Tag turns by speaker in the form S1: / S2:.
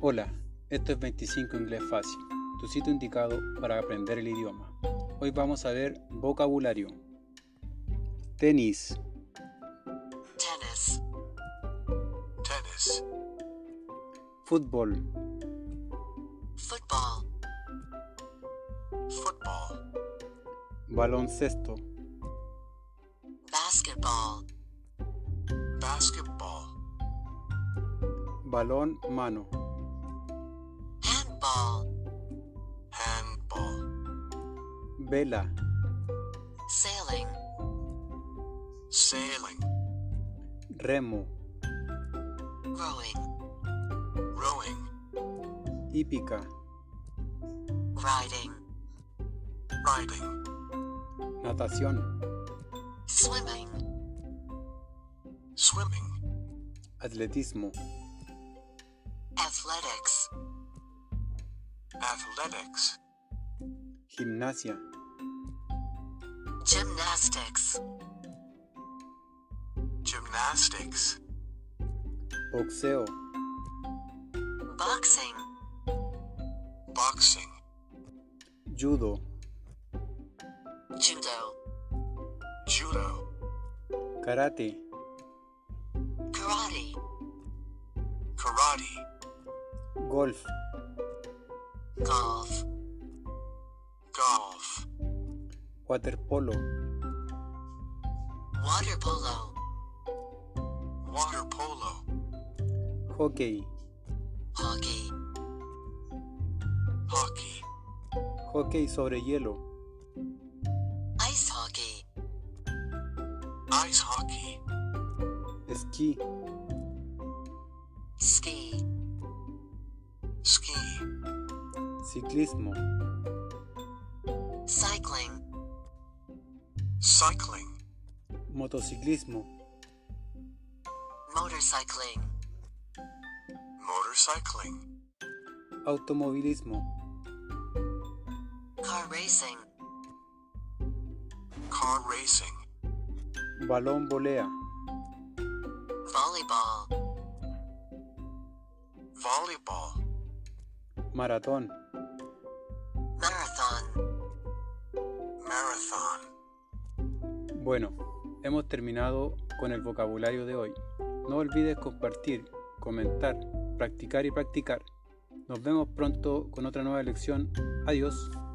S1: Hola, esto es 25 Inglés Fácil, tu sitio indicado para aprender el idioma. Hoy vamos a ver vocabulario. Tenis,
S2: tennis,
S3: tennis,
S1: fútbol,
S2: football,
S3: football,
S1: baloncesto,
S2: basketball,
S3: basketball,
S1: balón, mano,
S2: handball,
S3: handball,
S1: vela,
S2: sailing,
S3: sailing,
S1: remo,
S2: rowing,
S3: rowing,
S1: hípica,
S2: riding,
S3: riding,
S1: natación,
S2: swimming,
S3: swimming,
S1: atletismo,
S2: athletics,
S3: athletics,
S1: gimnasia,
S2: gymnastics,
S3: gymnastics,
S1: boxeo,
S2: boxing,
S3: boxing,
S1: judo,
S2: judo,
S3: judo,
S1: karate,
S2: karate,
S3: karate,
S1: golf,
S2: golf,
S3: golf,
S1: waterpolo,
S2: water polo,
S3: water polo,
S1: hockey,
S2: hockey,
S3: hockey,
S1: hockey sobre hielo,
S2: ice hockey,
S3: ice hockey,
S1: esquí,
S2: ski,
S3: ski,
S1: ciclismo,
S2: cycling,
S3: cycling,
S1: motociclismo,
S2: motorcycling,
S3: motorcycling,
S1: automovilismo,
S2: car racing,
S3: car racing,
S1: balón volea,
S2: volleyball,
S3: volleyball,
S1: maratón,
S2: marathon.
S3: marathon.
S1: Bueno, hemos terminado con el vocabulario de hoy. No olvides compartir, comentar, practicar y practicar. Nos vemos pronto con otra nueva lección. Adiós.